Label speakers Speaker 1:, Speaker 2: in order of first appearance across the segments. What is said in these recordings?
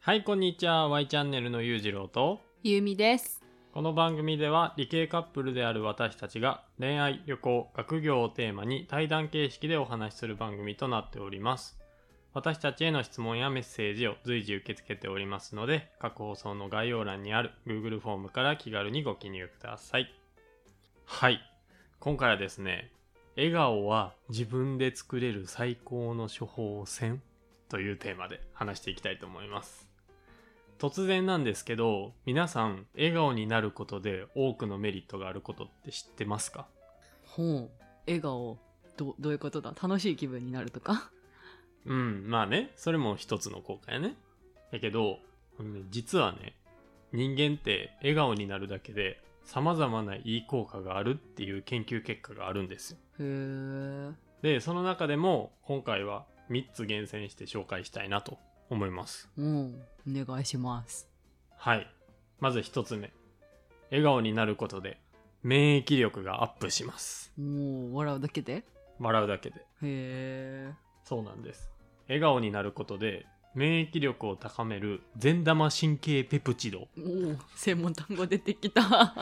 Speaker 1: はい、こんにちは。Y チャンネルのゆうじろうと、
Speaker 2: ゆうみです。
Speaker 1: この番組では理系カップルである私たちが恋愛、旅行、学業をテーマに対談形式でお話しする番組となっております。私たちへの質問やメッセージを随時受け付けておりますので、各放送の概要欄にある Google フォームから気軽にご記入ください。はい。今回はですね、笑顔は自分で作れる最高の処方箋というテーマで話していきたいと思います。突然なんですけど皆さん笑顔になることで多くのメリットがあることって知ってますか
Speaker 2: ほう、笑顔。ど、どういうことだ楽しい気分になるとか
Speaker 1: うんまあねそれも一つの効果やねだけどこれね実はね人間って笑顔になるだけで様々ないい効果があるっていう研究結果があるんですよ
Speaker 2: へえ。
Speaker 1: でその中でも今回は3つ厳選して紹介したいなと思います
Speaker 2: うん。お願いします。
Speaker 1: はいまず1つ目笑顔になることで免疫力がアップします
Speaker 2: もう、笑うだけで
Speaker 1: 笑うだけで
Speaker 2: へえ。
Speaker 1: そうなんです。笑顔になることで、免疫力を高める善玉神経ペプチド。
Speaker 2: おう、専門単語出てきた。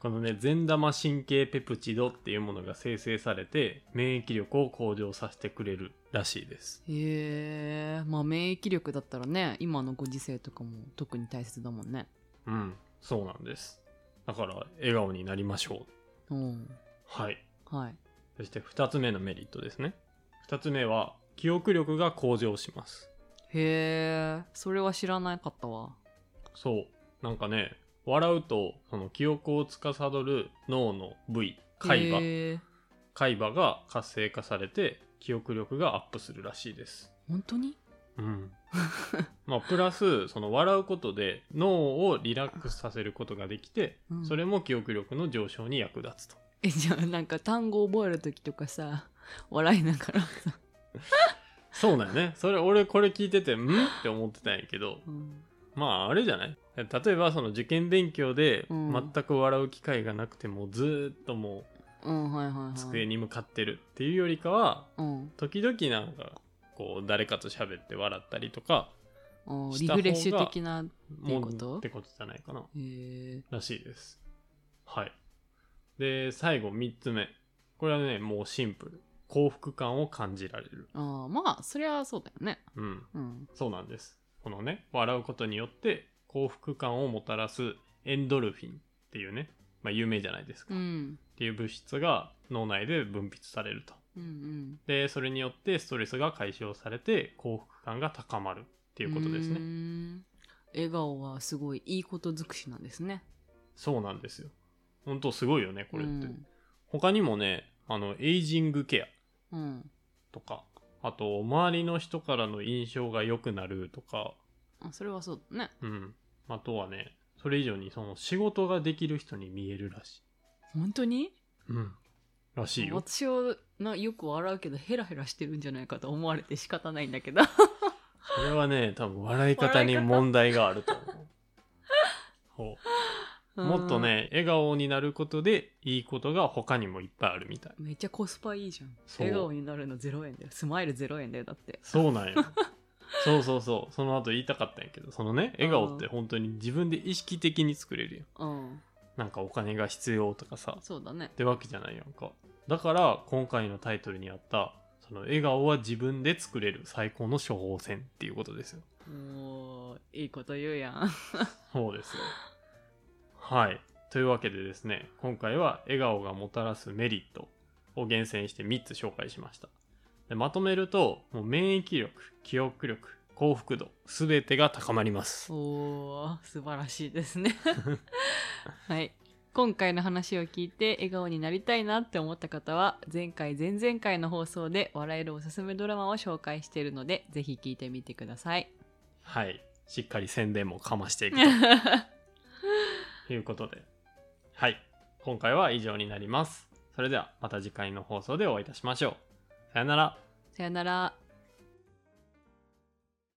Speaker 1: このね、善玉神経ペプチドっていうものが生成されて、免疫力を向上させてくれるらしいです。
Speaker 2: へえ。まあ、免疫力だったらね、今のご時世とかも特に大切だもんね。
Speaker 1: うん、そうなんです。だから、笑顔になりましょう。
Speaker 2: うん。
Speaker 1: はい。
Speaker 2: はい。
Speaker 1: そして2つ目のメリットですね。2つ目は、記憶力が向上します。
Speaker 2: へえ。それは知らなかったわ。
Speaker 1: そう。なんかね、笑うと、その記憶を司る脳の部位、海馬。
Speaker 2: へえ。
Speaker 1: 海馬が活性化されて記憶力がアップするらしいです。
Speaker 2: 本当に
Speaker 1: うん。 まあプラスその笑うことで脳をリラックスさせることができて、
Speaker 2: うん
Speaker 1: それも記憶力の上昇に役立つと。
Speaker 2: え、じゃあなんか単語覚えるときとかさ、笑いながらさ。
Speaker 1: そうだよね。 それ俺これ聞いててんって思ってたんやけど、
Speaker 2: うん。
Speaker 1: まああれじゃない。例えばその受験勉強で
Speaker 2: うん
Speaker 1: 全く笑う機会がなくてもうずーっとも
Speaker 2: うん、はいはいは
Speaker 1: う
Speaker 2: い。
Speaker 1: 机に向かってるっていうよりかは
Speaker 2: うん。
Speaker 1: 時々なんかこう誰かと喋って笑ったりとか
Speaker 2: おー
Speaker 1: し
Speaker 2: リ
Speaker 1: た方が
Speaker 2: フレッシュ的な。
Speaker 1: も
Speaker 2: っていうこと
Speaker 1: ってことじゃないかな。
Speaker 2: へえ。
Speaker 1: らしいです。はい。で、最後3つ目。これはね、もうシンプル。幸福感を感じられる。
Speaker 2: あーまあ、そりゃそうだよね。
Speaker 1: うん。
Speaker 2: うん。
Speaker 1: そうなんです。このね、笑うことによって幸福感をもたらすエンドルフィンっていうね、まあ有名じゃないですか。
Speaker 2: う
Speaker 1: っ
Speaker 2: ん。
Speaker 1: ていう物質が脳内で分泌されると。
Speaker 2: うんうん。っ
Speaker 1: で、それによってストレスが解消されて幸福感が高まるって
Speaker 2: て
Speaker 1: いうことですね。
Speaker 2: ね。笑顔はすごいいいこと尽くしなんですね。
Speaker 1: そうなんですよ。ほんとすごいよね、これって。
Speaker 2: うん。
Speaker 1: 他にもね、あの、エイジングケア。
Speaker 2: うん、
Speaker 1: とか、あと、周りの人からの印象が良くなるとか、
Speaker 2: あそれはそうだね。
Speaker 1: うん。あとはね、それ以上にその仕事ができる人に見えるらし
Speaker 2: 本当に
Speaker 1: い。うん。らしいよ。
Speaker 2: 私はなよく笑うけどヘラヘラしてるんじゃないかと思われて仕方ないんだけど。
Speaker 1: それはね、多分笑い方に問題があると思う。ほう もっとね、笑顔になることでいいことが他にもいっぱいあるみたい。
Speaker 2: うん。めっちゃコスパいいじゃん。
Speaker 1: そう
Speaker 2: 笑顔になるの0円だよ。スマイル0円だよ。だって。
Speaker 1: そうなんよ。そうそうそう。その後言いたかったんやけど、そのね、笑顔って本当に自分で意識的に作れるよ。
Speaker 2: うん。
Speaker 1: なんかお金が必要とかさ、
Speaker 2: そうだね
Speaker 1: っ。てわけじゃないやんかだから今回のタイトルにあったその笑顔は自分で作れる最高の処方箋っていうことですよ
Speaker 2: おー、いいこと言うやん。
Speaker 1: そうですよはいというわけでですね今回は笑顔がもたらすメリットを厳選して3つ紹介しましたでまとめるともう免疫力記憶力幸福度全てが高まります
Speaker 2: おー素晴らしいですね はい今回の話を聞いて笑顔になりたいなって思った方は前回前々回の放送で笑えるおすすめドラマを紹介しているのでぜひ聞いてみてください
Speaker 1: はいしっかり宣伝もかましていくと
Speaker 2: は
Speaker 1: ということで。はい。今回は以上になります。それではまた次回の放送でお会いいたしましょう。さよなら。
Speaker 2: さよなら